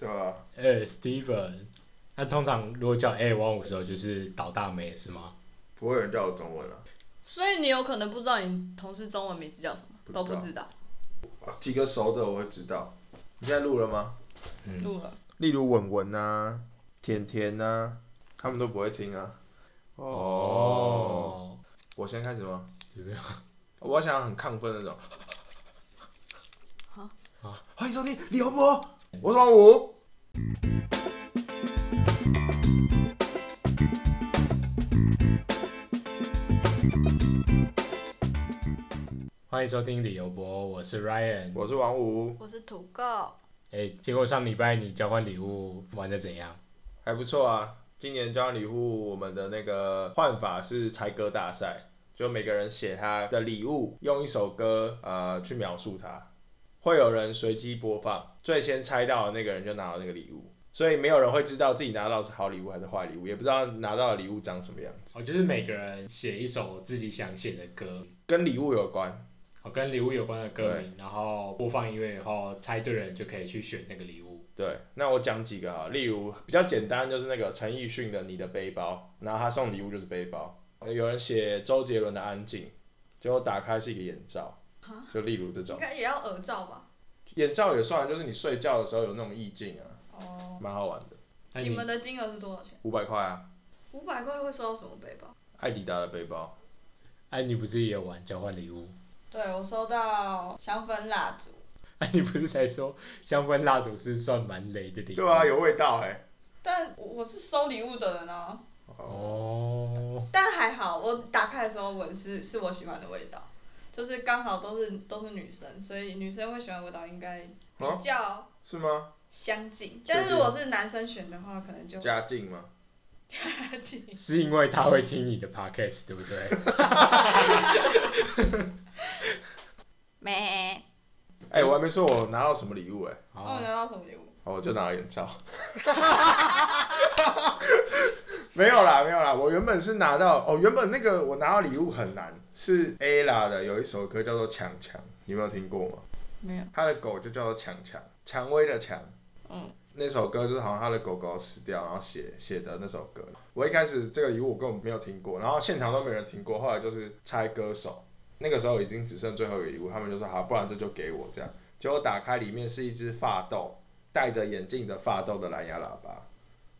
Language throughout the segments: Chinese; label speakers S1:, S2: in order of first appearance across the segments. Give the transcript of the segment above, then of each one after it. S1: 对啊吧？
S2: 哎、s t e v e n 那通常如果叫哎、王五的时候，就是倒大妹是吗？
S1: 不会有人叫我中文啊了、
S3: 所以你有可能不知道你同事中文名字叫什么，
S1: 不知道
S3: 都不知道。
S1: 啊，几个熟的我会知道。你现在录了吗？
S3: 录了，
S1: 例如文文啊、甜甜啊，他们都不会听啊。哦，
S2: 哦，
S1: 我先开始吗？
S2: 就这样。
S1: 我要想很亢奋那种。啊
S3: 好，
S1: 欢迎收听李洪博，我是王五。
S2: 欢迎收听旅游博，我是 Ryan。
S1: 我是王五，
S3: 我是土狗，
S2: 哎、结果上礼拜你交换礼物玩的怎样？
S1: 还不错啊。今年交换礼物，我们的那个换法是猜歌大赛，就每个人写他的礼物，用一首歌呃去描述它，会有人随机播放，最先猜到的那个人就拿到那个礼物。所以没有人会知道自己拿到的是好礼物还是坏礼物，也不知道拿到的礼物长什么样子，
S2: 哦，就是每个人写一首自己想写的歌，
S1: 跟礼物有关。
S2: 哦，跟礼物有关的歌名，然后播放音乐以后，猜对人就可以去选那个礼物。
S1: 对，那我讲几个啊，例如比较简单就是那个陈奕迅的《你的背包》，然后他送礼物就是背包。有人写周杰伦的《安静》，结果打开是一个眼罩，就例如这
S3: 应
S1: 种
S3: 该也要耳罩吧？
S1: 眼罩也算，就是你睡觉的时候有那种意境啊，
S3: 哦，
S1: 蛮好玩的，
S2: 那
S3: 你
S2: 你
S3: 们的金额是多少钱？
S1: 五百块啊，
S3: 五百块会收到什么背包？
S1: 艾迪达的背包，
S2: 哎、你不是也有玩交换礼物？
S3: 对我收到香氛蜡烛，
S2: 哎、你不是才说香氛蜡烛是算蛮雷的礼物？
S1: 对啊，有味道哎、
S3: 但我我是收礼物的人啊，
S2: 哦，
S3: 但还好，我打开的时候闻是是我喜欢的味道，就是刚好都是都是女生，所以女生会喜欢的味道应该
S1: 哦
S3: 比较
S1: 是吗？
S3: 相近。
S1: 确定
S3: 但是如果是男生选的话，可能 就
S1: 家境吗？
S3: 加近。
S2: 是因为他会听你的 podcast，对不对？
S3: 没。
S1: 哎、我还没说我拿到什么礼物哎、
S3: 那我
S2: 好
S3: 拿，到什么礼物？
S1: 哦，我就拿了眼罩。没有啦，没有啦，我原本是拿到哦，原本那个我拿到礼物很难，是 A 啦的，有一首歌叫做《强强》，你有没有听过吗？
S3: 没有。
S1: 他的狗就叫做强强，蔷薇的蔷。
S3: 嗯，
S1: 那首歌就是好像他的狗狗死掉，然后写写的那首歌。我一开始这个礼物我根本没有听过，然后现场都没人听过，后来就是猜歌手。那个时候已经只剩最后一个礼物，他们就说好，不然这就给我这样。结果打开里面是一只发豆，戴着眼镜的发豆的蓝牙喇叭，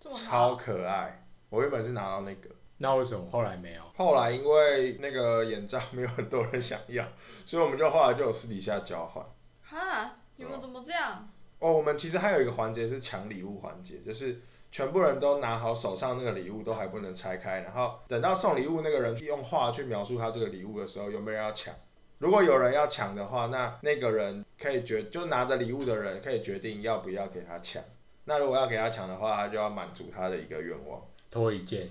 S3: 这么
S1: 超
S3: 好。
S1: 可爱。我原本是拿到那个，
S2: 那为什么后来没有？
S1: 后来因为那个眼罩没有很多人想要，所以我们就后来就有私底下交换。
S3: 哈，你们怎么这样？
S1: 哦，我们其实还有一个环节是抢礼物环节，就是全部人都拿好手上那个礼物，都还不能拆开，然后等到送礼物那个人用话去描述他这个礼物的时候，有没有人要抢？如果有人要抢的话，那那个人可以决就拿着礼物的人可以决定要不要给他抢。那如果要给他抢的话，他就要满足他的一个愿望，
S2: 脱一件，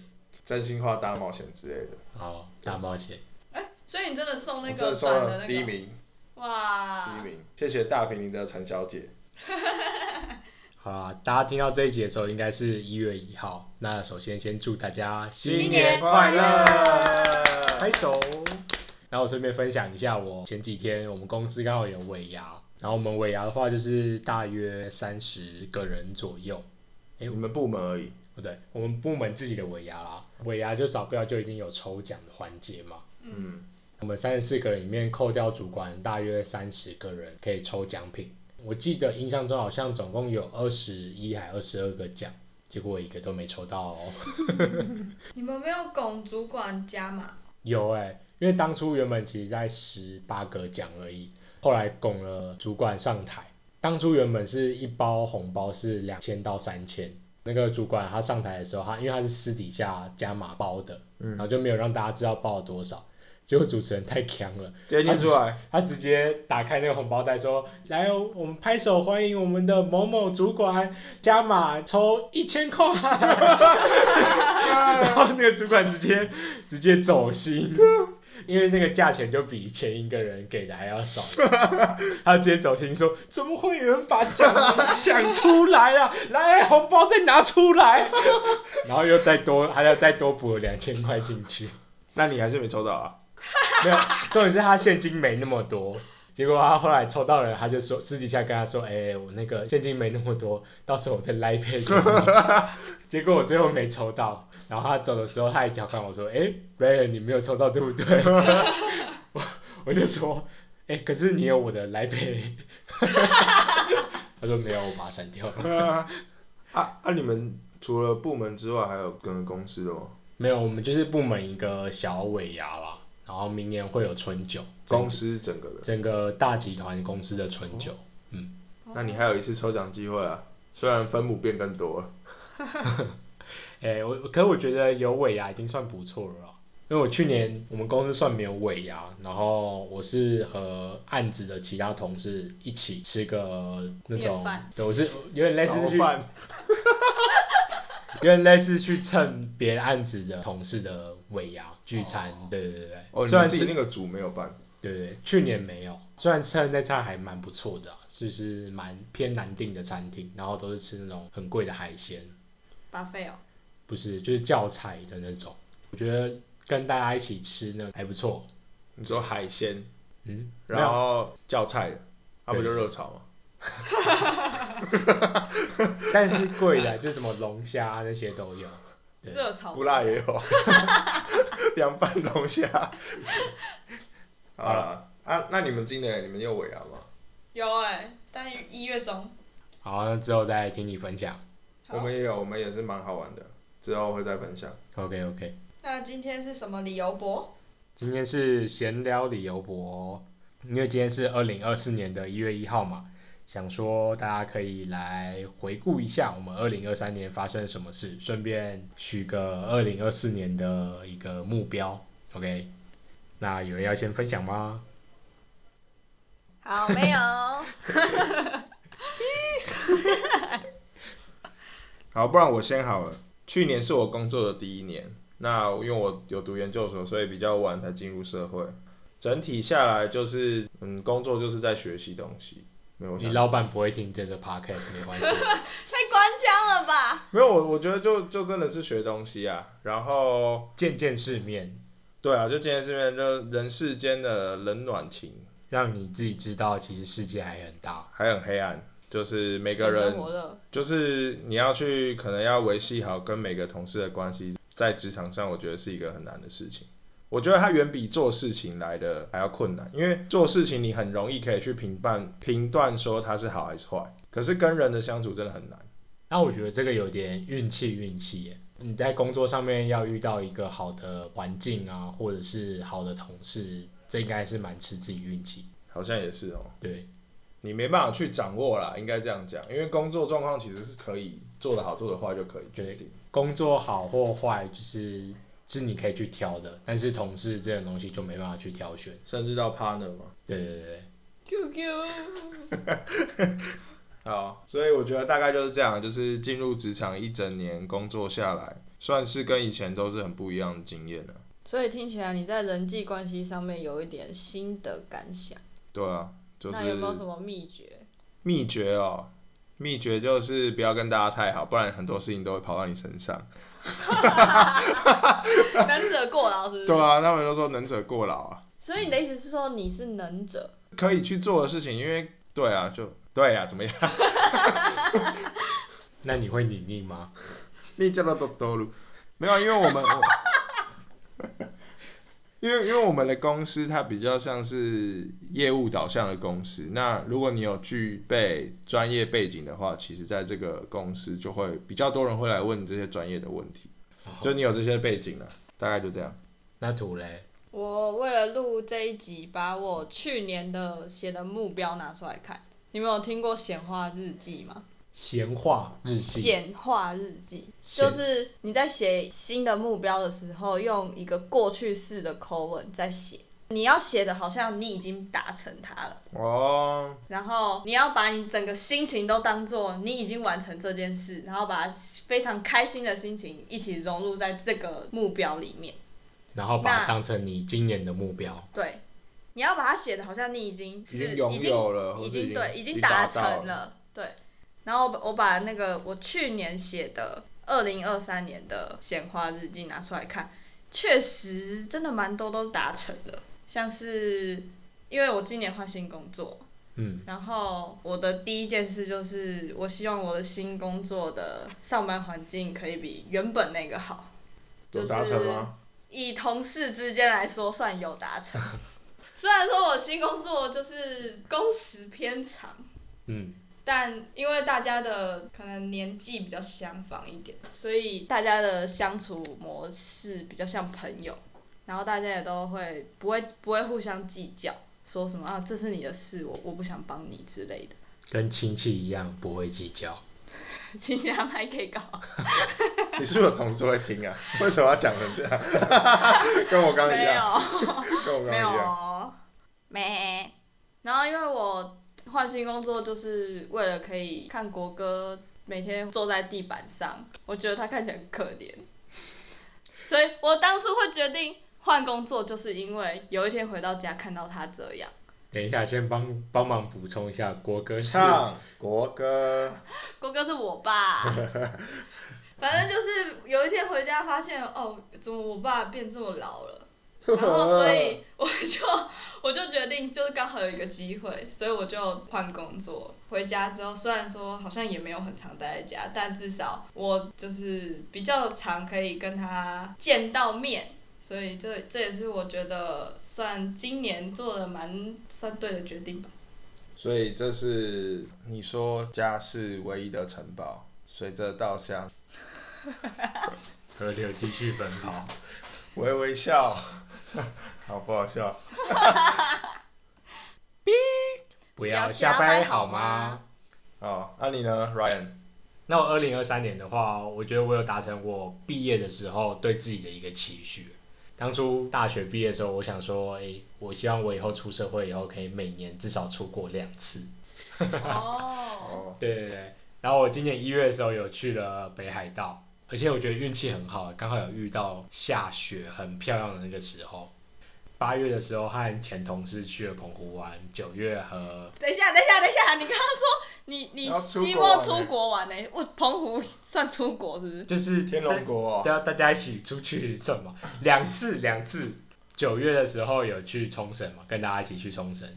S1: 真心话大冒险之类的。
S2: 好，大冒险。
S3: 所以你真的送那
S1: 我真
S3: 个
S1: 的送
S3: 转的
S1: 了
S3: 那
S1: 第一
S3: 个？啊
S1: 名，第
S3: 哇
S1: 一！名，谢谢大平林的陈小姐。
S2: 好啦，大家听到这一集的时候，应该是一月一号。那首先先祝大家
S3: 新
S2: 年
S3: 年快
S1: 乐
S2: 拍手。然后我顺便分享一下，我前几天我们公司刚好有尾牙，然后我们尾牙的话就是大约三十个人左右，哎
S1: 你们部门而已，
S2: 不对，我们部门自己的尾牙啦，尾牙就少不了就一定有抽奖的环节嘛。
S1: 嗯，
S2: 我们三十四个人里面扣掉主管，大约三十个人可以抽奖品。我记得印象中好像总共有二十一还二十二个奖，结果我一个都没抽到哦。
S3: 你们没有拱主管加码？
S2: 有哎、因为当初原本其实在十八个奖而已，后来拱了主管上台。当初原本是一包红包是两千到三千，那个主管他上台的时候，他因为他是私底下加码包的，
S1: 嗯
S2: 然后就没有让大家知道包了多少。结果主持人太强了，
S1: 给你出来。
S2: 他直接打开那个红包袋说：“来哦，我们拍手欢迎我们的某某主管加码抽一千块。”然后那个主管直接直接走心，因为那个价钱就比前一个人给的还要少，他直接走心说：“怎么会有人把奖抢出来啊？来，红包再拿出来。”然后又再多，还要再多补了两千块进去。
S1: 那你还是没抽到啊？
S2: 没有，重点是他现金没那么多，结果他后来抽到了，他就说私底下跟他说：“哎、我那个现金没那么多，到时候我再来配给你。” 结果我最后没抽到，然后他走的时候，他还调侃我说：“哎、b r a n 你没有抽到对不对？” 我我就说：“哎、可是你有我的来配。” 他说：“没有，我把它删掉了。
S1: 啊啊！你们除了部门之外，还有跟公司的吗？”
S2: 没有，我们就是部门一个小尾牙啦，然后明年会有春酒，整
S1: 公司整个人，
S2: 整个大集团公司的春酒。
S3: 哦
S1: 那你还有一次抽奖机会啊！虽然分母变更多了，
S2: 哎、我可我觉得有尾牙已经算不错了啦，因为我去
S3: 嗯
S2: 年我们公司算没有尾牙，然后我是和案子的其他同事一起吃个那种
S3: 便饭，
S2: 对，我是有点类似去，
S1: 劳
S2: 有
S1: 烦
S2: 点类似去蹭别的案子的同事的尾牙
S3: 哦
S2: 聚餐，对对对对，
S1: 哦，你
S2: 虽
S1: 们
S2: 然
S1: 自
S2: 是
S1: 己那个组没有办，
S2: 对对，去年没有，虽然吃的那餐还蛮不错的啊、就是蛮偏南定的餐厅，然后都是吃那种很贵的海鲜，
S3: 巴菲哦，
S2: 不是就是教材的那种。我觉得跟大家一起吃呢还不错，
S1: 你说海鲜，
S2: 嗯，
S1: 然后叫菜的，那不就热炒吗？
S2: 但是贵的，就什么龙虾啊那些都有。对
S3: 热炒
S1: 不辣也 有，凉拌龙虾。好了啊，那你们今年你们有尾牙吗？
S3: 有哎、但一月中
S2: 好，那之后再听你分享。
S3: 好
S1: 我们也有，我们也是蛮好玩的，之后会再分享。
S2: OK OK，
S3: 那今天是什么理由博？
S2: 今天是闲聊旅游博，哦因为今天是二零二四年的一月一号嘛，想说大家可以来回顾一下我们二零二三年发生了什么事，顺便许个二零二四年的一个目标。OK，那有人要先分享吗？
S3: 好，没有。
S1: 好，不然我先好了。去年是我工作的第一年，那因为我有读研究所，所以比较晚才进入社会。整体下来就是，嗯，工作就是在学习东西，没有我
S2: 你
S1: 想
S2: 老板不会听这个 podcast 没关系。
S3: 太官腔了吧？
S1: 没有我，我觉得就就真的是学东西啊。然后，
S2: 见见世面，
S1: 对啊，就今天这边就人世间的冷暖情，
S2: 让你自己知道，其实世界还很大。
S1: 还很黑暗，就是每个
S3: 水
S1: 人
S3: 深火热，
S1: 就是你要去，可能要维系好跟每个同事的关系，在职场上，我觉得是一个很难的事情。我觉得它远比做事情来的还要困难，因为做事情你很容易可以去评判、评断说它是好还是坏，可是跟人的相处真的很难。
S2: 那我觉得这个有点运气，运气耶。你在工作上面要遇到一个好的环境啊，或者是好的同事，这应该是蛮吃自己运气。
S1: 好像也是哦，
S2: 对，
S1: 你没办法去掌握啦，应该这样讲，因为工作状况其实是可以做得好、做得坏就可以决定。
S2: 工作好或坏，就是是你可以去挑的，但是同事这种东西就没办法去挑选。
S1: 甚至到 partner 嘛。
S2: 对对对对，
S3: QQ，
S1: 好，所以我觉得大概就是这样，就是进入职场一整年工作下来，算是跟以前都是很不一样的经验了。
S3: 所以听起来你在人际关系上面有一点新的感想，
S1: 对啊，就
S3: 那有没有
S1: 是
S3: 什么秘 诀？
S1: 秘诀哦，秘诀就是不要跟大家太好，不然很多事情都会跑到你身上。
S3: 能者过劳是不
S1: 对
S3: 是？
S1: 啊，他们都说能者过劳啊，
S3: 所以你的意思是说你是能者？
S1: 可以去做的事情，因为对啊，就对啊，怎么样？
S2: 那你会理你吗？
S1: 你叫到多多路，没有，因为我们， 我因为因为我们的公司它比较像是业务导向的公司，那如果你有具备专业背景的话，其实在这个公司就会比较多人会来问你这些专业的问题，就你有这些背景了、大概就这样。
S2: 那土嘞，
S3: 我为了录这一集，把我去年的写的目标拿出来看。你们有听过显化日记吗？
S2: 闲话日记，
S3: 显化日记就是你在写新的目标的时候，用一个过去式的口吻在写，你要写的好像你已经达成它了，
S1: 哦，
S3: 然后你要把你整个心情都当做你已经完成这件事，然后把非常开心的心情一起融入在这个目标里面。
S2: 然后把它
S3: 那
S2: 当成你今年的目标。
S3: 对，你要把它写的好像你已经
S1: 已
S3: 是
S1: 经拥有了，或
S3: 已
S1: 者已
S3: 经对，已
S1: 已
S3: 经
S1: 达
S3: 达
S1: 到
S3: 成。了，对。然后我把我把那个我去年写的二零二三年的显化日记拿出来看，确实真的蛮多都达成的，像是因为我今年换新工作，
S2: 嗯，
S3: 然后我的第一件事就是，我希望我的新工作的上班环境可以比原本那个好。就
S1: 有
S3: 是
S1: 达成吗？
S3: 以同事之间来说，算有达成。虽然说我新工作就是工时偏长，
S2: 嗯，
S3: 但因为大家的可能年纪比较相仿一点，所以大家的相处模式比较像朋友，然后大家也都会不会不会互相计较，说什么啊这是你的事，我我不想帮你之类的。
S2: 跟亲戚一样不会计较，
S3: 请你安排可以搞，
S1: 你是不是有同事会听 啊？为什么要讲成 这样？跟我刚刚一
S3: 没
S1: 样，
S3: 有。
S1: 跟我刚
S3: 没
S1: 刚一样。
S3: 有，没。然后因为我换新工作，就是为了可以看国歌，每天坐在地板上，我觉得他看起来很可怜，所以我当初会决定换工作，就是因为有一天回到家看到他这样，
S2: 等一下，先帮帮忙补充一下，国歌是
S1: 唱国歌，
S3: 国歌是我 爸。反正就是有一天回家发现，哦，怎么我爸变这么老了？然后所以我就我就决定，就是刚好有一个机会，所以我就换工作。回家之后，虽然说好像也没有很常待在家，但至少我就是比较常可以跟他见到面。所以这这也是我觉得算今年做的蛮算对的决定吧。
S1: 所以这是你说家是唯一的城堡，随着稻香
S2: 河流继续奔跑。
S1: 微微笑， 好不好笑？
S2: 不
S3: 要
S2: 要
S3: 瞎
S2: 瞎
S3: 掰
S2: 掰
S3: 好
S2: 好
S3: 吗
S2: 吗？
S1: 哦，那、你呢，Ryan？
S2: 那我二零二三年的话，我觉得我有达成我毕业的时候对自己的一个期许。当初大学毕业的时候，我想说，诶、我希望我以后出社会以后，可以每年至少出国两次。
S3: 哦，
S1: 哦，
S2: 对对对。然后我今年一月的时候有去了北海道，而且我觉得运气很好，刚好有遇到下雪很漂亮的那个时候。八月的时候和前同事去了澎湖湾，九月和
S3: 等一下，等一下，等一下，你刚刚说你你
S1: 要出国
S3: 希望
S1: 玩
S3: 出
S1: 欸
S3: 国玩呢、我澎湖算出国是不是？
S2: 就是
S1: 天龙国、哦，
S2: 都要大家一起出去什么？两次，两次。九月的时候有去冲绳嘛，跟大家一起去冲绳，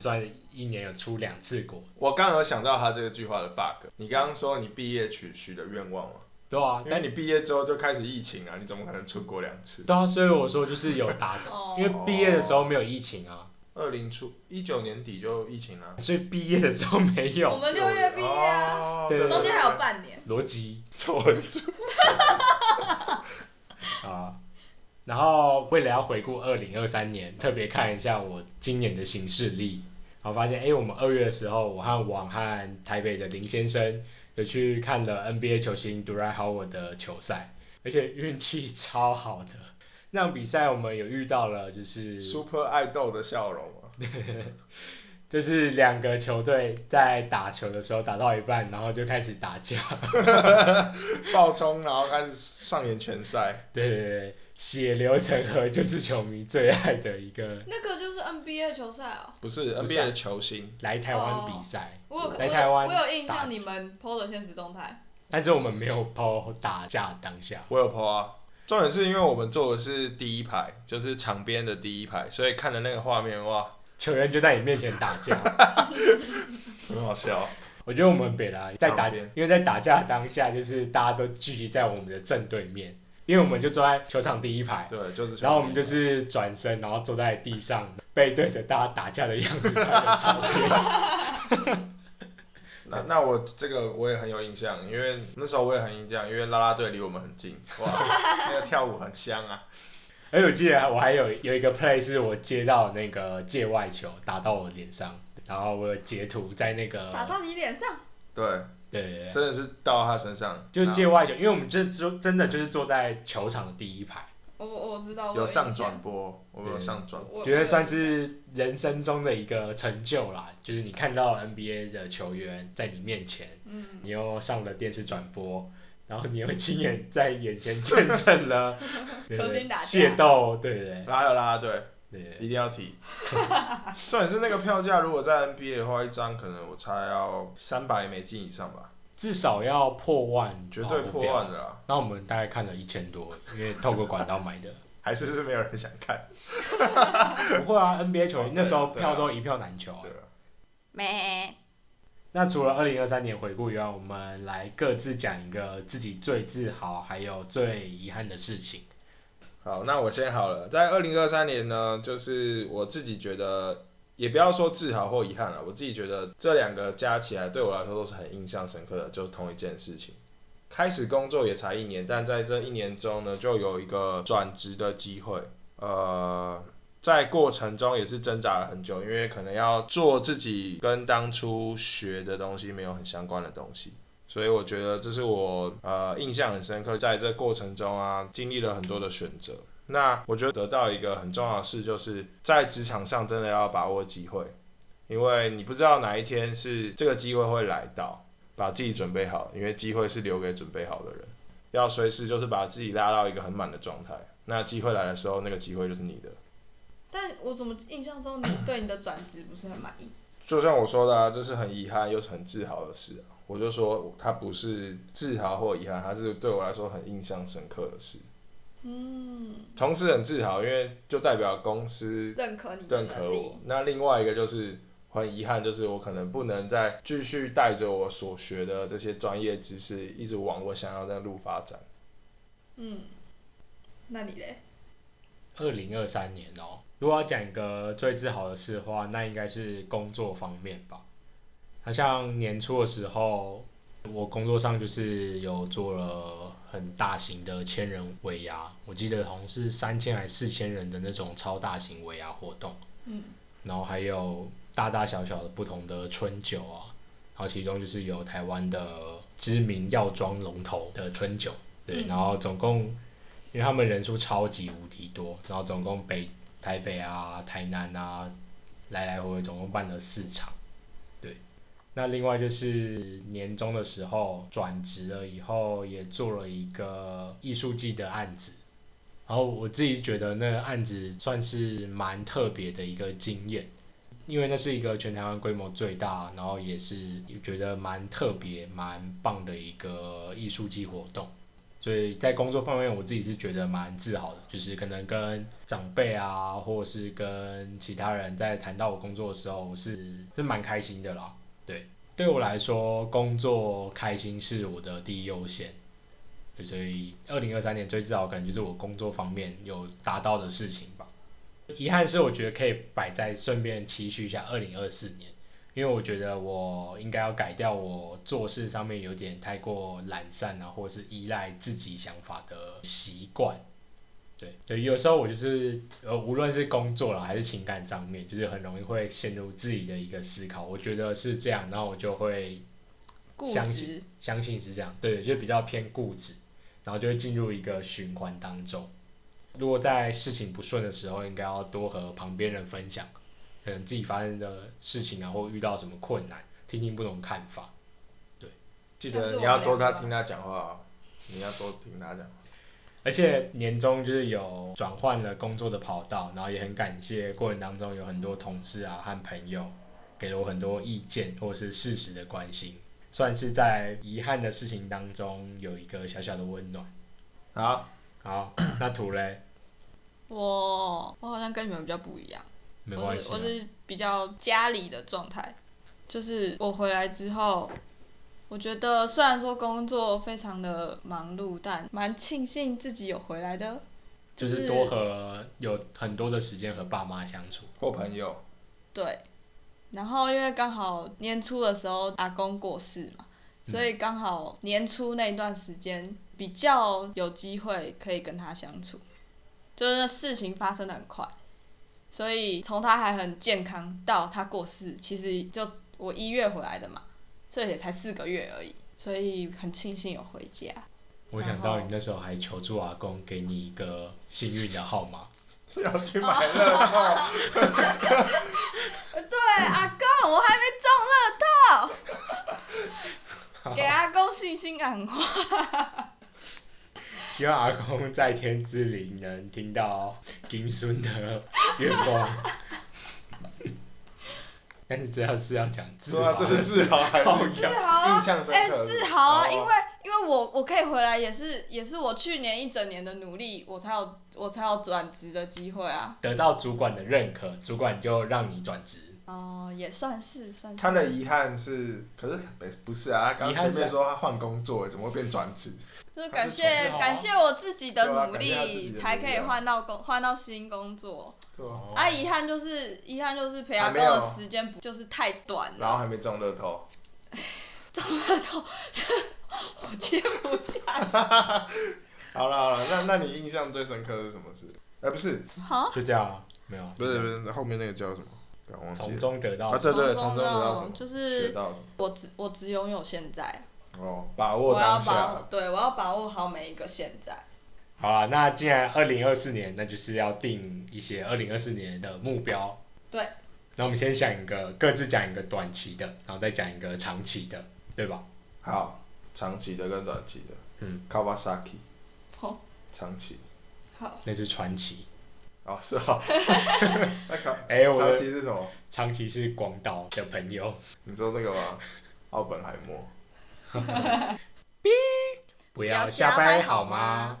S2: 算一年有出两次国。
S1: 我刚有想到他这个句话的 bug。你刚刚说你毕业许许的愿望嘛？哦
S2: 对啊，
S1: 因为
S2: 但
S1: 你毕业之后就开始疫情啊，你怎么可能出国两次？
S2: 对啊，所以我说就是有达成，
S3: 哦
S2: 因为毕业的时候没有疫情啊，
S1: 二零出一九年底就疫情了、
S2: 所以毕业的时候没
S3: 我
S2: 有
S3: 们六月毕业啊，
S1: 哦
S2: 对
S3: 中间还有半年。
S2: 逻辑
S1: 错了
S2: 啊。然后为了要回顾二零二三年，特别看一下我今年的行事历，然后发现哎、诶我们二月的时候，我和王和台北的林先生有去看了 NBA 球星 d u r a Howard 的球赛，而且运气超好的。那场比赛我们有遇到了，就是
S1: ，Super 爱豆的笑容啊，
S2: 就是两个球队在打球的时候打到一半，然后就开始打架，
S1: 爆冲，然后开始上演拳赛。
S2: 对对对，血流成河就是球迷最爱的一个
S3: 那个就是 NBA 球赛哦，
S1: 不是
S2: 不是
S1: NBA
S2: 啊
S1: 的球星，
S2: 来台湾比赛。
S3: 我有我
S2: 来台
S3: 有
S2: 湾
S3: 我有印
S2: 打
S3: 象你们 PO 的现实动态，
S2: 但是我们没有抛打架当下，
S1: 我有 PO 啊。重点是因为我们坐的是第一排，就是场边的第一排，所以看的那个画面哇，
S2: 球员就在你面前打 架。
S1: 很好 笑。
S2: 我觉得我们北来在打，
S1: 场边
S2: 因为在打架当下，就是大家都聚集在我们的正对面，因为我们就坐在球场第一排，
S1: 对，就是。
S2: 然后我们就。是转身，然后坐在地上，背对着大家打架的样子 拍的照片。
S1: 那那我这个我也很有印象，因为那时候我也很印象，因为啦啦队离我们很近， 哇，那个跳舞很香啊。
S2: 而且我记得我还有有一个 play 是我接到那个界外球打到我脸上，然后我有截图在那个
S3: 打到你脸上，
S1: 对，
S2: 对对对，
S1: 真的是到他身上，
S2: 就
S1: 然后
S2: 界外球，因为我们就就真的就是坐在球场的第一排。
S3: 我我知道，我
S1: 有上
S3: 印象
S1: 转，播，我有上转。
S3: 我
S2: 觉得算是人生中的一个成就啦，就是你看到 NBA 的球员在你面前，
S3: 嗯，
S2: 你又上了电视转播，然后你又亲眼在眼前见证 了对
S3: 球星打架
S2: 械斗，对对对
S1: 然后还有啦啦队，
S2: 对对，
S1: 一定要 提。重点是那个票价，如果在 NBA 的话，一张可能我猜要三百美金以上吧，
S2: 至少要破万，
S1: 哦绝对破万
S2: 的。
S1: 的啦。
S2: 那我们大概看了一千多，因为透过管道买的。
S1: 还是是没有人想看？
S2: 不会啊，NBA 球员那时候
S1: 对啊
S2: 票都一票难求啊
S1: 对。了，
S3: 没，
S2: 那除了二零二三年回顾以外，我们来各自讲一个自己最自豪还有最遗憾的事情。
S1: 好，那我先好了。在二零二三年呢，就是我自己觉得，也不要说自豪或遗憾了，我自己觉得这两个加起来对我来说都是很印象深刻的，就是同一件事情。开始工作也才一年，但在这一年中呢，就有一个转职的机会。呃，在过程中也是挣扎了很久，因为可能要做自己跟当初学的东西没有很相关的东西，所以我觉得这是我呃印象很深刻，在这过程中啊，经历了很多的选择。那我觉得得到一个很重要的事，就是在职场上真的要把握机会，因为你不知道哪一天是这个机会会来到，把自己准备好，因为机会是留给准备好的人，要随时就是把自己拉到一个很满的状态。那机会来的时候，那个机会就是你的。
S3: 但我怎么印象中你 对你的转职不是很满意？
S1: 就像我说的、啊，这是很遗憾又是很自豪的事啊、我就说它不是自豪或遗憾，它是对我来说很印象深刻的事。
S3: 嗯，
S1: 同时很自豪，因为就代表公司
S3: 认可你的
S1: 认可
S3: 能力
S1: 我。。那另外一个就是很遗憾，就是我可能不能再继续带着我所学的这些专业知识，一直往我想要的路发展。
S3: 嗯，那你嘞？
S2: 二零二三年哦，如果要讲一个最自豪的事的话，那应该是工作方面吧。好像年初的时候，我工作上就是有做了很大型的千人尾牙，我记得好像是三千还是四千人的那种超大型尾牙活动。
S3: 嗯，
S2: 然后还有大大小小的不同的春酒啊，然后其中就是有台湾的知名药妆龙头的春酒，对，
S3: 嗯
S2: 然后总共因为他们人数超级无敌多，然后总共北台北啊、台南啊，来来回回总共办了四场，对。那另外就是年终的时候转职了以后，也做了一个艺术季的案子，然后我自己觉得那个案子算是蛮特别的一个经验，因为那是一个全台湾规模最大，然后也是觉得蛮特别、蛮棒的一个艺术季活动。所以在工作方面，我自己是觉得蛮自豪的，就是可能跟长辈啊，或者是跟其他人在谈到我工作的时候，我是是蛮开心的啦。对，对我来说，工作开心是我的第一优先。对所以二零二三年最自豪可能就是我工作方面有达到的事情吧。遗憾是我觉得可以摆在顺便期许一下二零二四年，因为我觉得我应该要改掉我做事上面有点太过懒散啊，或者是依赖自己想法的习惯。对对，有时候我就是呃，无论是工作啦还是情感上面，就是很容易会陷入自己的一个思考。我觉得是这样，然后我就会
S3: 固
S2: 相信
S3: 执。
S2: 相信是这样，对，就比较偏固执，然后就会进入一个循环当中。如果在事情不顺的时候，应该要多和旁边人分享，可能自己发生的事情啊，或遇到什么困难，听听不同看法。
S1: 记
S3: 下
S1: 得
S3: 次
S1: 你
S3: 我
S1: 要
S3: 们
S1: 多
S3: 两
S1: 他
S3: 个
S1: 听他讲话、哦，你要多听他讲话。
S2: 而且年终就是有转换了工作的跑道，然后也很感谢过程当中有很多同事啊和朋友给了我很多意见或者是适时的关心，算是在遗憾的事情当中有一个小小的温暖。
S1: 好，
S2: 好，那图嘞，
S3: 我我好像跟你们比较不一样。
S2: 没
S3: 我
S2: 关系
S3: 是
S2: 啊、
S3: 我是比较家里的状态，就是我回来之后，我觉得虽然说工作非常的忙碌，但蛮庆幸自己有回来的。
S2: 就是多和有很多的时间和爸妈相处。
S1: 或朋友，
S3: 对，然后因为刚好年初的时候阿公过世嘛，所以刚好年初那一段时间比较有机会可以跟他相处，就是那事情发生的很快，所以从他还很健康到他过世，其实就我一月回来的嘛，这也才四个月而已，所以很庆幸有回家。
S2: 我想到你那时候还求助阿公给你一个幸运的号码，
S1: 要去买乐透。
S3: 呃对，阿公，我还没中乐透，给阿公信心啊喊话。
S2: 希望阿公在天之灵能听到金孙的愿望。但是这要是要讲自
S1: 对啊，这是自豪还
S2: 好
S1: 是
S3: 自豪啊
S1: 印象深
S3: 哎、
S1: 刻的
S3: 自豪啊！
S1: 哦
S3: 因为因为我我可以回来，也是也是我去年一整年的努力，我才有我才有转职的机会啊。
S2: 得到主管的认可，主管就让你转职。
S3: 哦、也算是算是。
S1: 他的遗憾是，可是不不是啊，他刚
S2: 遗憾
S1: 刚
S2: 是
S1: 前面说他换工作，怎么会变转职？
S3: 就是感
S2: 他是
S3: 谢
S2: 从小啊
S3: 感谢我自己的努
S1: 对啊感谢他自己的
S3: 力，
S1: 努力啊
S3: 才可以换到工换到新工作。
S1: 对啊，
S3: 啊，遗憾就是遗憾就是培养
S1: 还
S3: 够
S1: 没有
S3: 的时间不就是太短
S1: 然后
S3: 了，
S1: 还没中乐透，
S3: 中 了头，这我接不下 去。
S1: 好了好了，那那你印象最深刻的是什么事？哎、不是
S3: 好，
S2: 就这样啊，没有啊，
S1: 不是不是，后面那个叫什么？刚忘记
S2: 从
S1: 了。
S2: 中得到
S1: 啊对对，
S3: 从
S1: 从中
S3: 中
S1: 得到什
S3: 得到
S1: 么？
S3: 哦就
S1: 学
S3: 是
S1: 到了
S3: 我只我只拥有现在，
S1: 哦，把握
S3: 我要
S1: 当
S3: 把握
S1: 下。
S3: 对我要把握好每一个现在。
S2: 好啊，那既然二零二四年，那就是要定一些二零二四年的目标。
S3: 对。
S2: 那我们先想一个，各自讲一个短期的，然后再讲一个长期的，对吧？
S1: 好，长期的跟短期的，
S2: 嗯
S1: ，Kawasaki
S3: 好，
S1: 长期。
S3: 好，
S2: 那是传奇，
S1: 哦，是哦。 那考
S2: 哎、我
S1: 长
S2: 的
S1: 期是什么？
S2: 长期是广岛的朋友，
S1: 你说那个吗？奥本海默。
S2: 不
S3: 要
S2: 要
S3: 瞎
S2: 瞎
S3: 掰
S2: 掰
S3: 好
S2: 好
S3: 吗
S2: 吗？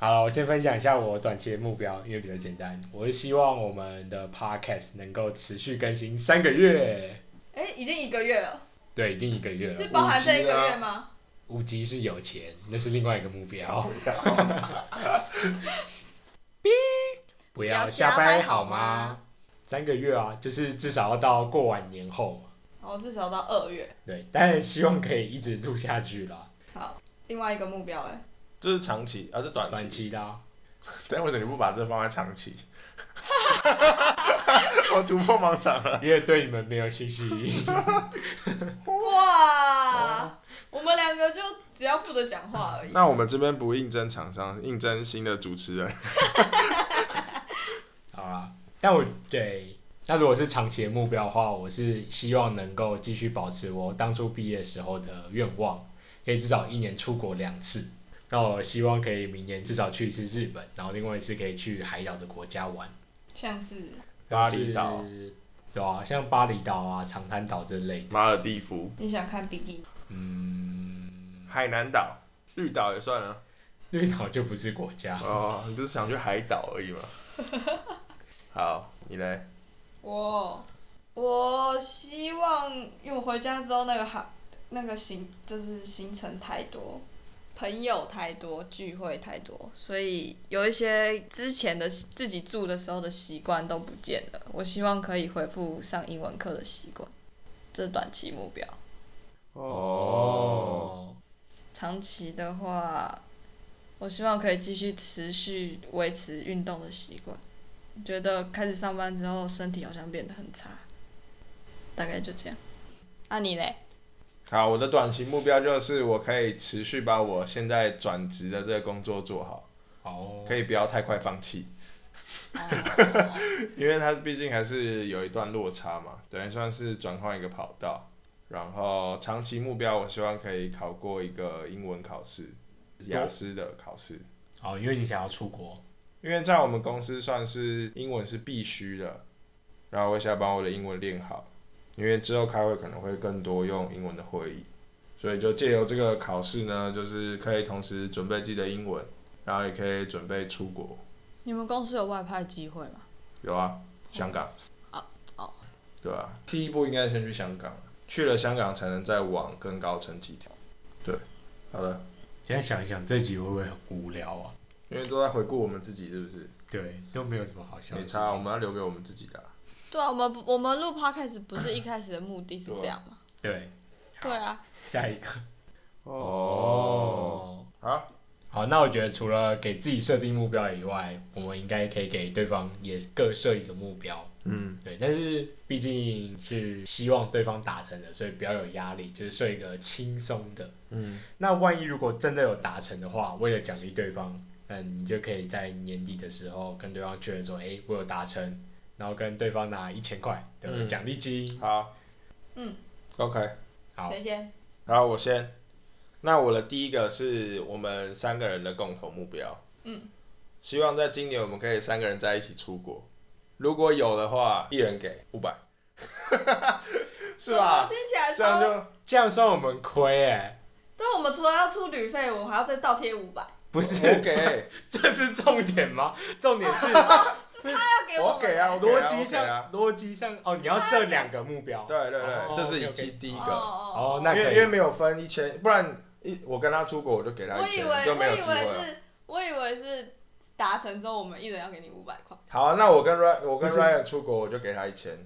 S2: 好了，我先分享一下我短期的目标，因为比较简单。我是希望我们的 podcast 能够持续更新三个月，
S3: 哎、已经一个月了，
S2: 对，已经一个月了
S3: 是。包含这一
S1: 五集了
S3: 个
S1: 啊
S3: 月吗？
S2: 五级是有钱，那是另外一个目标。 不要瞎掰好吗？三个月啊，就是至少要到过完年后嘛。
S3: 我至少到二月。
S2: 对，当然希望可以一直录下去啦，
S3: 好，另外一个 目标嘞，
S1: 这是长期，啊，这短
S2: 短。期的啊、
S1: 但为什么你不把这放在长 期？我突破盲场了。
S2: 因为对你们没有信心。
S1: 哦
S3: 哇，我们两个就只要负责讲话而已。
S1: 那我们这边不应征厂商，应征新的主持人。
S2: 好啦，但我对，那如果是长期的目标的话，我是希望能够继续保持我当初毕业时候的愿望，可以至少一年出国两次。那我希望可以明年至少去一次日本，然后另外一次可以去海岛的国家玩。
S3: 像是
S1: 巴厘岛，
S2: 对啊，像巴厘岛啊、长滩岛这类，
S1: 马尔蒂夫、
S3: 你想看比基尼，
S2: 嗯，
S1: 海南岛、绿岛也算啊了。
S2: 绿岛就不是国家。
S1: 哦，你不是想去海岛而已 吗？好，你来。
S3: 我我希望，因为我回家之后那个行那个行就是行程太多，朋友太多，聚会太多，所以有一些之前的自己住的时候的习惯都不见了。我希望可以恢复上英文课的习惯，这是短期目标。
S1: 哦，
S3: 长期的话，我希望可以继续持续维持运动的习惯。觉得开始上班之后，身体好像变得很差，大概就这样。啊，你嘞？
S1: 好，我的短期目标就是我可以持续把我现在转职的这个工作做好，
S2: 哦，
S1: 可以不要太快放弃， 因为它毕竟还是有一段落差嘛，等于算是转换一个跑道。然后长期目标，我希望可以考过一个英文考试，雅思的考试，
S2: 哦，因为你想要出国，
S1: 因为在我们公司算是英文是必须的。然后我想把我的英文练好，因为之后开会可能会更多用英文的会议，所以就借由这个考试呢，就是可以同时准备自己的英文，然后也可以准备出国。
S3: 你们公司有外派机会吗？
S1: 有啊，香港。
S3: 哦哦
S1: 对啊，第一步应该先去香港，去了香港才能再往更高层级跳。对，好了，
S2: 现在想一想，这集会不会很无聊啊？
S1: 因为都在回顾我们自己，是不是？
S2: 对，都没有什么好笑的
S1: 没
S2: 事情。
S1: 差啊，我们要留给我们自己的啊、
S3: 对啊，我们不我们录 podcast 不是一开始的目的是这样 吗？
S2: 对，
S3: 对啊，
S2: 下一个。
S1: 哦，好，
S2: 好，那我觉得除了给自己设定目标以外，我们应该可以给对方也各设一个目标。
S1: 嗯，
S2: 对，但是毕竟是希望对方达成的，所以不要有压力，就是设一个轻松的。
S1: 嗯，
S2: 那万一如果真的有达成的话，为了奖励对方，嗯，你就可以在年底的时候跟对方确认说，哎、我有达成，然后跟对方拿一千块的
S1: 嗯
S2: 奖励金。
S1: 好，
S3: 嗯
S1: ，OK，
S2: 好，
S3: 谁先？
S1: 然后我先。那我的第一个是我们三个人的共同目标，
S3: 嗯，
S1: 希望在今年我们可以三个人在一起出国，如果有的话，一人给五百。是吧？
S3: 听起来
S1: 这样
S3: 超。
S1: 就
S2: 这样算我们亏哎、
S3: 但我们除了要出旅费，我们还要再倒贴五百，
S2: 不是，
S1: 我 给，
S2: 这是重点吗？重点 是
S3: 他要给
S1: 啊我
S3: 我
S1: 给
S3: 们
S1: 啊，我给
S2: 逻
S1: 啊，
S2: 辑
S1: 我给啊
S2: 上，。逻辑上哦，你要设两个目标。
S1: 对对
S2: 哦
S1: 对，这是
S2: OK，OK
S1: 以及第一
S3: 哦
S1: 个，
S3: 哦
S2: 哦，那
S1: 因
S2: 可
S1: 为因为
S2: 以。
S1: 没有分一千，不然一我跟他出国我就给他
S3: 我
S1: 一
S3: 以
S1: 千，
S3: 为
S1: 就没有
S3: 我
S1: 机
S3: 以
S1: 会
S3: 为
S1: 了。
S3: 是，我以为是达成之后，我们一人要给你五百块。
S1: 好，那我跟 Ryan 我跟
S2: 不是哦
S1: Ryan 出国我就给他一千，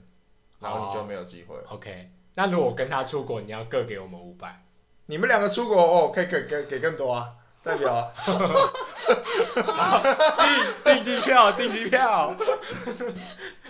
S1: 然后你就没有机会了。
S2: OK，那如果我跟他出国，你要各给我们五 百。
S1: 你们两个出国哦，可以给给给更多啊，代表啊
S2: 订订机票，订 机票。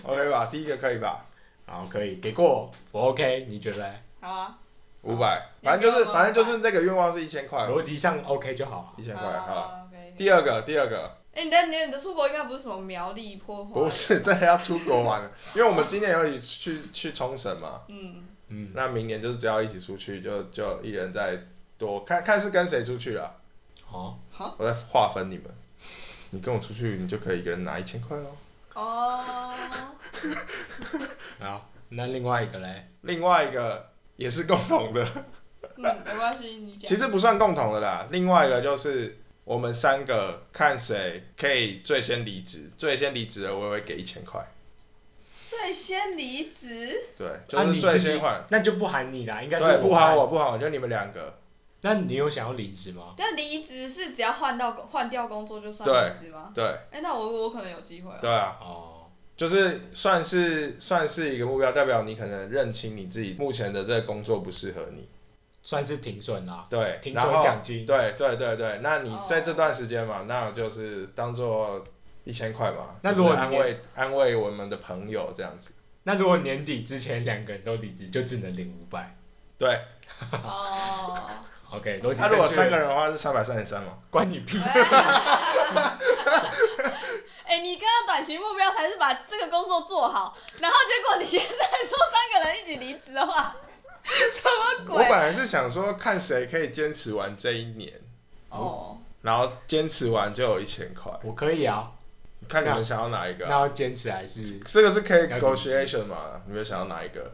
S1: OK 吧？第一个可以吧？
S2: 好，可以给过我 OK，你觉得嘞？
S3: 好啊，
S1: 五百，
S3: 你
S1: 反正就是
S3: 给我吗
S1: 反正就是那个愿望是一千块，
S2: 逻辑上 OK 就好了。
S1: 一千块哈。
S3: 好，OK。
S1: 第二个，第二个
S3: 哎，你的你的出国应该不是什么苗栗破坏，
S1: 不是真的要出国玩了，因为我们今年有一起去去冲绳嘛，
S3: 嗯，
S2: 嗯，
S1: 那明年就是只要一起出去，就就一人再多看看是跟谁出去了。
S2: 好，
S1: 我在划分你们，你跟我出去，你就可以一个人拿一千块喽。
S3: 哦，
S2: 好，那另外一个嘞？
S1: 另外一个也是共同 的，
S3: 嗯，没关系，你
S1: 其
S3: 讲。
S1: 实不算共同的啦。另外一个就是我们三个看谁可以最先离职，最先离职的我也会给一千块。
S3: 最先离职，
S1: 对，就
S2: 啊，
S1: 是
S2: 你
S1: 最
S2: 自己
S1: 先换。
S2: 那就不含你啦，应该是
S1: 对，不喊
S2: 我
S1: 我，不喊我，就你们两个。
S2: 喊。那你有想要离职吗？
S3: 但离职是只要换到换掉工作就算
S1: 对
S3: 离职吗？
S1: 对，
S3: 哎，那我我可能有机会哦。
S1: 对啊，
S2: 哦，
S1: 就是算是算是一个目标，代表你可能认清你自己目前的这个工作不适合你。
S2: 算是挺顺啦，
S1: 对，
S2: 挺
S1: 然
S2: 收
S1: 后
S2: 奖金。
S1: 对对对对，那你
S3: 哦
S1: 在这段时间嘛，那就是当做一千块嘛，
S2: 那如果
S1: 就是安
S2: 你
S1: 慰安慰我们的朋友这样子。
S2: 那如果年底之前两个人都离职，就只能领五百。
S1: 对，
S3: 哦，
S2: OK，逻辑
S1: 那如果
S2: 正
S1: 三个
S2: 确，
S1: 人的话是三百三十三嘛，
S2: 关你屁 事。
S3: 哎、你刚刚短期目标才是把这个工作做好，然后结果你现在说三个人一起离职的话，什么
S1: 我本
S3: 鬼？
S1: 来是想说看谁可以坚持完这一年，
S3: 哦，
S1: 然后坚持完就有一千块，
S2: 我可以啊，
S1: 看你们想要哪一个
S2: 那
S1: 啊。
S2: 要坚持还是
S1: 这个是可以
S2: 要理解
S1: negotiation 嘛？你们想要哪一个？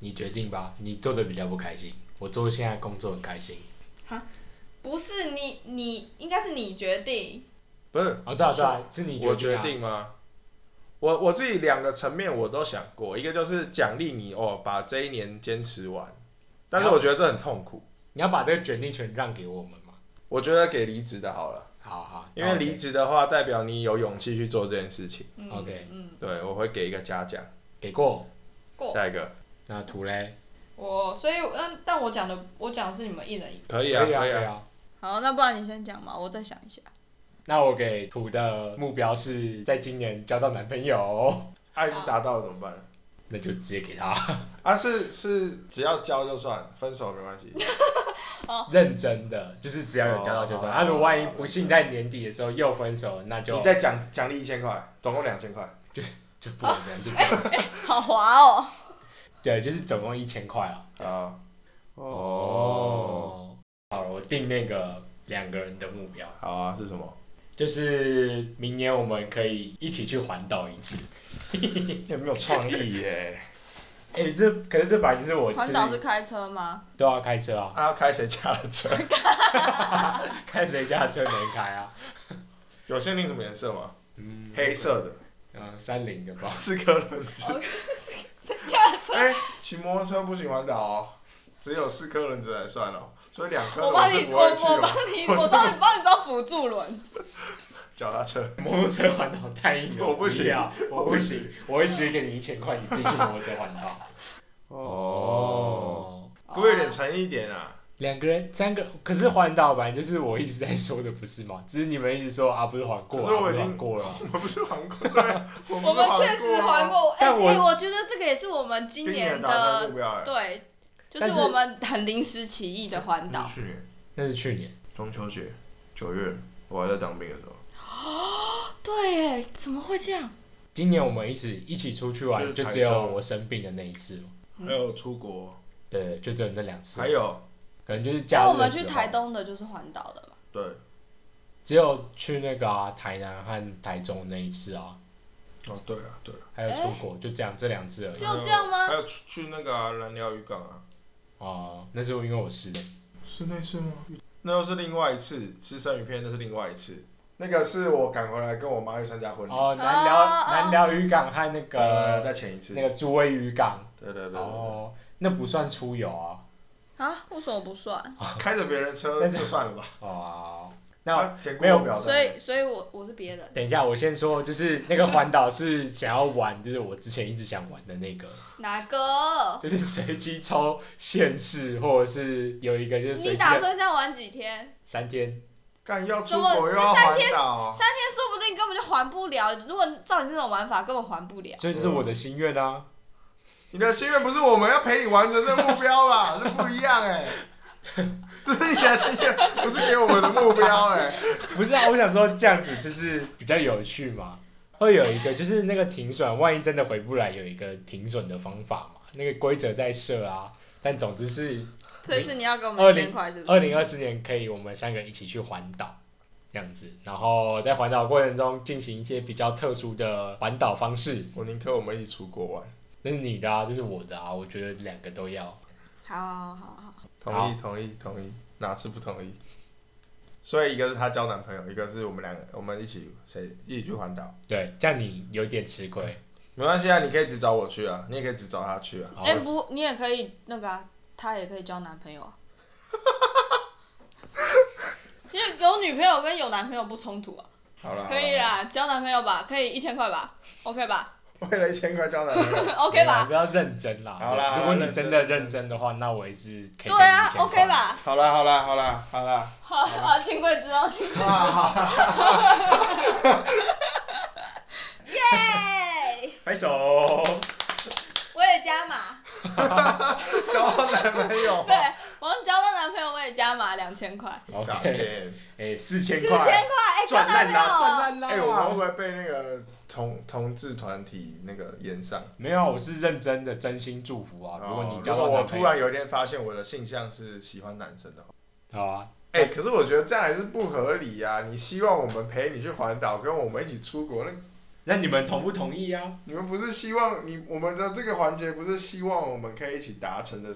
S2: 你决定吧？你做的比较不开心，我做现在工作很开心。
S3: 不是你，你应该是你决定。
S1: 不是，
S2: 哦，对啊，对啊，是你
S1: 我
S2: 定
S1: 决
S2: 啊。
S1: 定吗？我我自己两个层面我都想过，一个就是奖励你哦，把这一年坚持完，但是
S2: 然后
S1: 我觉得这很痛苦。
S2: 你要把这个决定权让给我们嘛？
S1: 我觉得给离职的好了，
S2: 好好，
S1: 因为离职的话代表你有勇气去做这件事情。
S3: 嗯
S2: OK
S3: 嗯，
S1: 对，我会给一个嘉奖。
S2: 给过，哦
S3: 过
S1: 下一个
S2: 那图嘞？
S3: 我，所以嗯，但我讲的，我讲的是你们一人一。
S1: 可以啊，
S2: 可以啊，
S1: 可以
S2: 可以
S1: 啊。
S2: 啊。
S3: 好，那不然你先讲嘛，我再想一下。
S2: 那我给图的目标是在今年交到男朋友，
S1: 爱啊已经达到了怎么办？
S2: 那就直接给 他，
S1: 啊，是是，只要交就算，分手没关系。
S2: 认真的，就是只要有交到就算。
S1: 哦
S2: 他如果万一不幸在年底的时候又分手，那就
S1: 你再奖奖励一千块，总共两千块。
S2: 就不能这样，就这样。
S3: 好滑哦。
S2: 对，就是总共一千块啊。
S1: 好，
S2: 哦，好了，我定那个两个人的目标，
S1: 好啊，是什么？
S2: 就是明年我们可以一起去环岛一次。
S1: 你有没有创意 耶？
S2: 哎、这可是这本来就是我、就是、
S3: 环岛是开车吗？
S2: 都要开车啊，
S1: 啊，要开谁家的车？
S2: 看谁家的车能开啊。
S1: 有限定什么颜色吗？
S2: 嗯，
S1: 黑色的，
S2: 嗯，三菱的吧。
S1: 四颗轮子。
S3: 谁家的车？
S1: 哎，骑摩托车不行环岛哦，只有四颗轮子才算哦，所以两颗
S3: 我
S1: 轮
S3: 帮
S1: 子
S3: 你，
S1: 不
S3: 我
S1: 会去
S3: 我
S1: 哦。
S3: 帮你，我帮你帮你装辅助轮。
S1: 脚踏车，
S2: 摩托车环岛太硬了，
S1: 我不行
S2: 要， 我不行，我会直接给你一千块，你自己去摩托车环岛。
S1: 哦，可不可以有点诚意一点啊？
S2: 两个人，三个，可是环岛版就是我一直在说的，不是吗？只是你们一直说啊，不是环过
S1: 嗯可是
S2: 了，
S1: 我
S2: 啊
S1: 已
S2: 不是
S1: 经
S2: 环过了。
S1: 我不是环过，对，啊 我
S3: 我
S1: 不是
S3: 们确实环
S1: 环过哦。
S3: 过，哎、
S2: 但我
S3: 这我觉得这个也是我们今年
S1: 达成的
S3: 的
S1: 目标哎，
S3: 对，就
S2: 但
S3: 是
S2: 是
S3: 我们很临时起意的环岛。
S1: 去年
S2: 那是去年，
S1: 中秋节九月，我还在当兵的时候，
S3: 对耶，怎么会这样？
S2: 今年我们一起一起出去玩，
S1: 就是
S2: 就
S1: 台
S2: 只有
S1: 中
S2: 我生病的那一次嘛。
S3: 嗯
S1: 还有出国，
S2: 对，就只有那两次。
S1: 还，有
S2: 可能就是
S3: 因
S2: 假
S3: 为
S2: 日
S3: 我
S2: 的
S3: 们
S2: 时
S3: 去
S2: 候
S3: 台，东的就是环岛的嘛。
S1: 对，
S2: 只有去那个啊，台南和台中那一次啊。
S1: 哦，对啊，对啊，
S2: 还有出国，就这样这两次而已。
S3: 只有这样吗
S1: 还有去去那个啊蓝鸟渔港啊，
S2: 哦，那是因为我是的，
S1: 是那次吗？那又是另外一次吃生鱼片，那是另外一次。那个是我赶回来跟我妈去参加婚礼，
S2: 哦，南
S3: 哦哦
S2: 寮南寮渔港和那
S1: 呃，
S2: 个
S1: 在前一次，
S2: 那
S1: 对
S2: 个竹围渔港，
S1: 对对对，
S2: 哦，那不算出游啊，
S3: 啊？为什么不算？
S1: 开着别人车就算了吧，
S2: 哦，那
S1: 他填
S2: 没有
S1: 过表
S3: 所
S1: 的，
S3: 以，所以我我是别人。
S2: 等一下，我先说，就是那个环岛是想要玩，就是我之前一直想玩的那个，
S3: 哪个？
S2: 就是随机抽县市，或者是有一个就是随
S3: 你
S2: 机
S3: 打
S2: 的
S3: 算这样玩几天？
S2: 三天，
S1: 干要出
S3: 怎么
S1: 国又
S3: 这
S1: 要
S3: 三
S1: 环
S3: 天
S2: 哦
S1: 岛，
S3: 三天说不定根本就还不了。如果照你这种玩法，根本还不了。
S2: 所以这是我的心愿啊。
S1: 你的心愿不是我们要陪你完成这个目标吧？ 这不一样哎、这是你的心愿，不是给我们的目标哎、
S2: 不是啊，我想说这样子就是比较有趣嘛，会有一个就是那个停损，万一真的回不来，有一个停损的方法嘛，那个规则在设啊。但总之是
S3: 所以是你要给我们一千块，是不
S2: 二
S3: 是？
S2: 零二四年可以我们三个一起去环岛，这样子，然后在环岛过程中进行一些比较特殊的环岛方式，
S1: 我宁可我们一起出国玩，
S2: 这是你的啊，这是我的啊，我觉得两个都要。
S3: 好好好好，
S1: 同意同意同意，哪次不同意？所以一个是她交男朋友，一个是我们两个我们一起谁一起去环岛，
S2: 对，这样你有点吃亏。
S1: 没关系啊，你可以只找我去啊，你也可以只找他去啊。
S2: 好
S3: 哎、不，你也可以那个、啊，他也可以交男朋友啊。 因为有女朋友跟有男朋友不冲突啊，
S1: 好
S2: 哦
S1: 啦，
S3: 可以啊
S1: 啦，
S3: 啦，交男朋友吧，可以一千块吧，OK 吧
S1: 为了一千块交男朋 友，
S3: ，OK
S2: 你
S3: 吧，
S2: 啊不要认真啦。
S1: 好啦
S2: 如果你
S1: 认真
S2: 真的认真的话，那我也是可以给
S3: 对
S2: 你
S3: 啊
S2: 一千块
S3: ，OK 吧，
S1: 好啦好啦好啦好啦，
S3: 好啊，金贵知道， 金贵
S1: 好啦好啦，
S3: 耶，
S2: 拍手。
S3: 我也加码，
S1: 交男朋友
S3: 对，我交到男朋友我也加码两千块，
S1: 搞
S2: OK，
S1: 定。
S2: 哎，四千
S3: 四千块，
S2: 块，
S3: 哎、交
S2: 赚
S3: 男
S2: 烂啦，
S3: 朋
S2: 赚烂
S3: 友，
S2: 啦！
S1: 哎、我们会不会被那个同同志团体那个延上？
S2: 没有，啊我是认真的，真心祝福啊！如果你交
S1: 哦如
S2: 到
S1: 果我
S2: 男朋
S1: 突
S2: 友，
S1: 然有一天发现我的性向是喜欢男生的话，
S2: 好啊，
S1: 哎、可是我觉得这样还是不合理呀、你希望我们陪你去环岛，跟我们一起出国，那
S2: 那你们同不同意啊？
S1: 你们不是希望你我们的这个环节不是希望我们可以一起达成的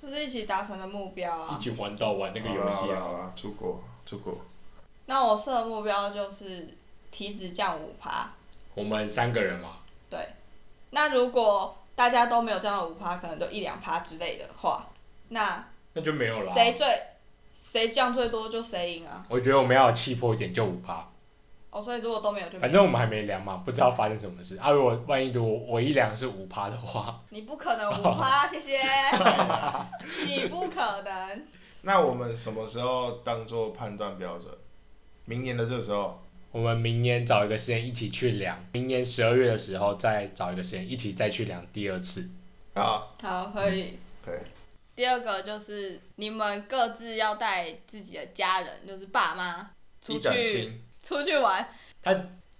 S3: 就是一起达成的目标啊
S2: 一。起玩到玩那个游
S1: 好
S2: 戏
S1: 啦好
S2: 啊！
S1: 了，出国出国，
S3: 那我设的目标就是体脂降五趴。
S2: 我们三个人嘛，
S3: 对，那如果大家都没有降到五趴，可能就一两趴之类的话，那
S2: 那就没有了啊。
S3: 谁最谁降最多就谁赢啊？
S2: 我觉得我们要有气魄一点，就五趴。
S3: 哦，所以如果都没有就 没
S2: 反
S3: 有
S2: 正我们还没量嘛，不知道发生什么事啊。如果万一如果我一量是五趴的话，
S3: 你不可能五趴，谢谢，你不可能。
S1: 那我们什么时候当做判断标准？明年的这时候，
S2: 我们明年找一个时间一起去量，明年十二月的时候再找一个时间一起再去量第二次。
S1: 啊，
S3: 好，可以。
S1: 对，
S3: 第二个就是你们各自要带自己的家人，就是爸妈出
S1: 一等
S3: 去
S1: 亲，
S3: 出去玩，
S2: 对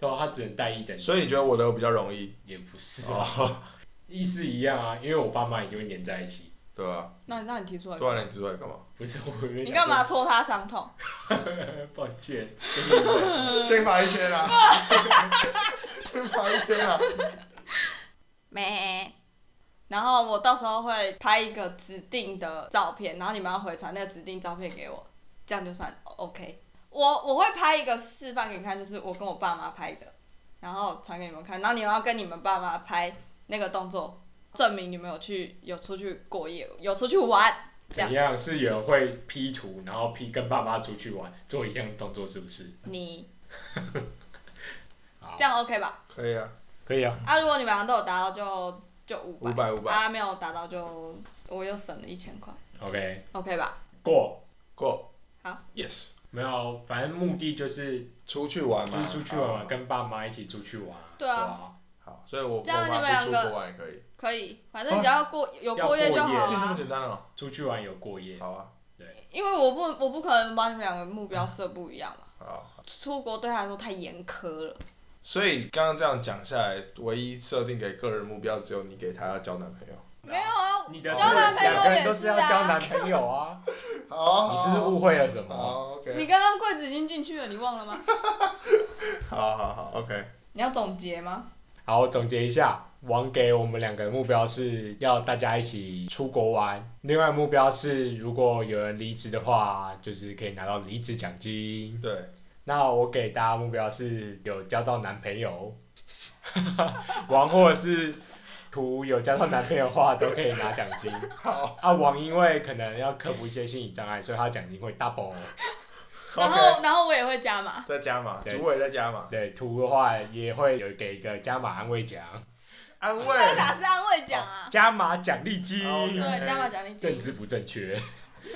S2: 啊，他只能带一等，
S1: 所以你觉得我的比较容易，
S2: 也不是啊， 意思一样啊，因为我爸妈一定会黏在一起。
S1: 对吧、
S3: 那那你提出来
S1: 做，完你出来干嘛？
S2: 不是我没有
S3: 你
S2: 想
S3: 干嘛
S2: 过？
S3: 戳他伤痛？
S2: 抱 歉，
S3: 嗯
S1: 先罚一千啦，先罚一啊千啦。
S3: 咩。然后我到时候会拍一个指定的照片，然后你们要回传那个指定照片给我，这样就算 OK。我我会拍一个示范给你看，就是我跟我爸妈拍的，然后传给你们看，然后你们要跟你们爸妈拍那个动作，证明你们有去有出去过夜，有出去玩。这样
S2: 怎样是有人会 P 图，然后 P 跟爸妈出去玩，做一样的动作，是不是？
S3: 你
S2: 好
S3: 这，样 OK 吧？
S1: 可以啊，
S2: 可以啊。
S3: 啊，如果你们两个都有达到就就五
S1: 五百五百
S3: 啊没有达到就我又省了一千块
S2: OK，
S3: ，OK 吧？
S2: 过
S1: 过。
S3: 好。
S1: Yes。
S2: 没有，反正目的就是
S1: 出去玩
S2: 就
S1: 嘛。
S2: 是出去玩玩，
S1: 好。
S2: 跟爸妈一起出去玩。
S3: 对啊
S2: 吧
S1: 好，所以我
S3: 这样
S1: 我妈
S3: 你们两个
S1: 不出国玩也可以，
S3: 可以，反正只要过、有
S2: 要
S3: 过夜
S2: 过
S3: 就
S2: 夜
S3: 好
S1: 变这么
S3: 啊。
S1: 简单哦。
S2: 出去玩有过夜，
S1: 好啊，
S3: 因为我不我不可能把你们两个目标设不一样嘛，
S1: 好。啊
S3: 出国对他来说太严苛了。
S1: 所以刚刚这样讲下来，唯一设定给个人目标只有你给她要交男朋友。
S3: 没有啊，
S2: 你的
S3: 交男
S2: 是
S3: 朋友
S2: 两个人
S3: 也
S2: 都
S3: 是
S2: 是要交
S3: 啊。
S2: 男朋友啊，
S1: 好啊
S2: 你是不是误会了什么？
S1: 好啊
S3: 你
S1: ，OK。
S3: 刚刚柜子已经进去了，你忘了吗？
S1: 好好好，OK。
S3: 你要总结吗？
S2: 好，我总结一下，王给我们两个目标是要大家一起出国玩，另外目标是如果有人离职的话，就是可以拿到离职奖金。
S1: 对，
S2: 那我给大家目标是有交到男朋友， 王或者是图有交到男朋友的话都可以拿奖金。
S1: 好，
S2: 啊，王因为可能要克服一些心理障碍，所以他奖金会 double。
S3: 然
S1: OK，
S3: 后然后我也会加码，
S1: 再加嘛，
S2: 对
S1: 主委再加嘛，
S2: 对，图的话也会有给一个加码安慰奖，
S1: 安慰，
S3: 那哪是安慰奖啊？
S2: 加码奖励金。
S1: 哦对
S3: 对，加码奖励
S2: 政
S3: 金。
S2: 治不正确。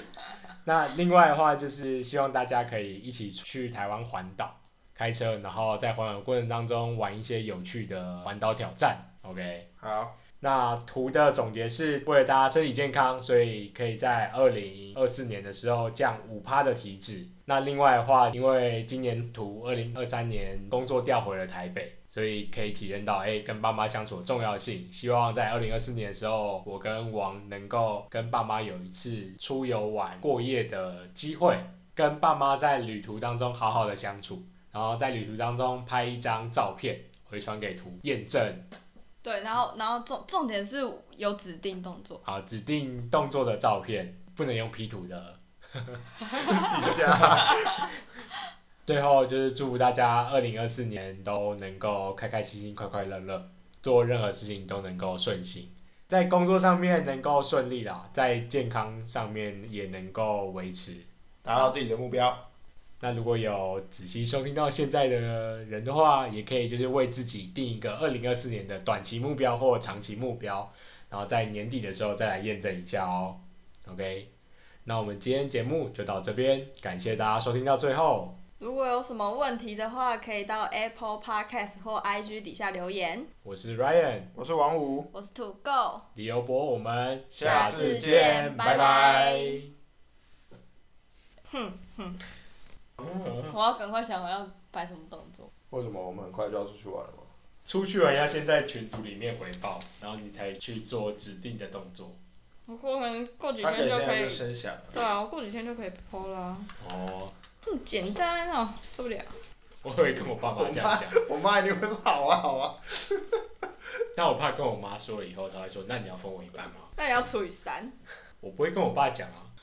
S2: 那另外的话，就是希望大家可以一起去台湾环岛开车，然后在环岛过程当中玩一些有趣的环岛挑战。OK，
S1: 好，
S2: 那图的总结是为了大家身体健康，所以可以在二零二四年的时候降五趴的体脂。那另外的话，因为今年图二零二三年工作调回了台北，所以可以体验到哎、跟爸妈相处的重要性。希望在二零二四年的时候，我跟王能够跟爸妈有一次出游玩过夜的机会，跟爸妈在旅途当中好好的相处，然后在旅途当中拍一张照片回传给图验证。
S3: 对，然后然后重重点是有指定动作，
S2: 好，指定动作的照片不能用 P 图的。
S1: 自己加，
S2: 最后就是祝福大家二零二四年都能够开开心心、快快乐乐，做任何事情都能够顺心，在工作上面能够顺利啦，在健康上面也能够维持。
S1: 达到自己的目标，
S2: 那如果有仔细收听到现在的人的话，也可以就是为自己定一个二零二四年的短期目标或长期目标，然后在年底的时候再来验证一下哦。OK，那我们今天节目就到这边，感谢大家收听到最后。
S3: 如果有什么问题的话，可以到 Apple Podcast 或 IG 底下留言。
S2: 我是 Ryan
S1: 我是王五。
S3: 我是土狗。
S2: 李游博，我们
S1: 下次见
S2: 拜
S3: 拜拜我要赶快想我要摆什么动作。
S1: 为什么我们很快就要出去玩了吗？
S2: 出去玩要先在群组里面回报，然后你才去做指定的动作。
S3: 我过可能过几
S1: 他可
S3: 天
S1: 以
S3: 就
S1: 现
S3: 可
S1: 在就
S3: 以，
S1: 声响了。
S3: 对啊，我过几天就可以剖啦、
S2: 哦，
S3: 这么简单啊，受不了。
S2: 我会跟我爸妈这样讲。
S1: 我妈一定会说好啊好啊。
S2: 但我怕跟我妈说了以后，她会说：“那你要分我一半吗
S3: 那也要除以三。？”
S2: 我不会跟我爸讲啊。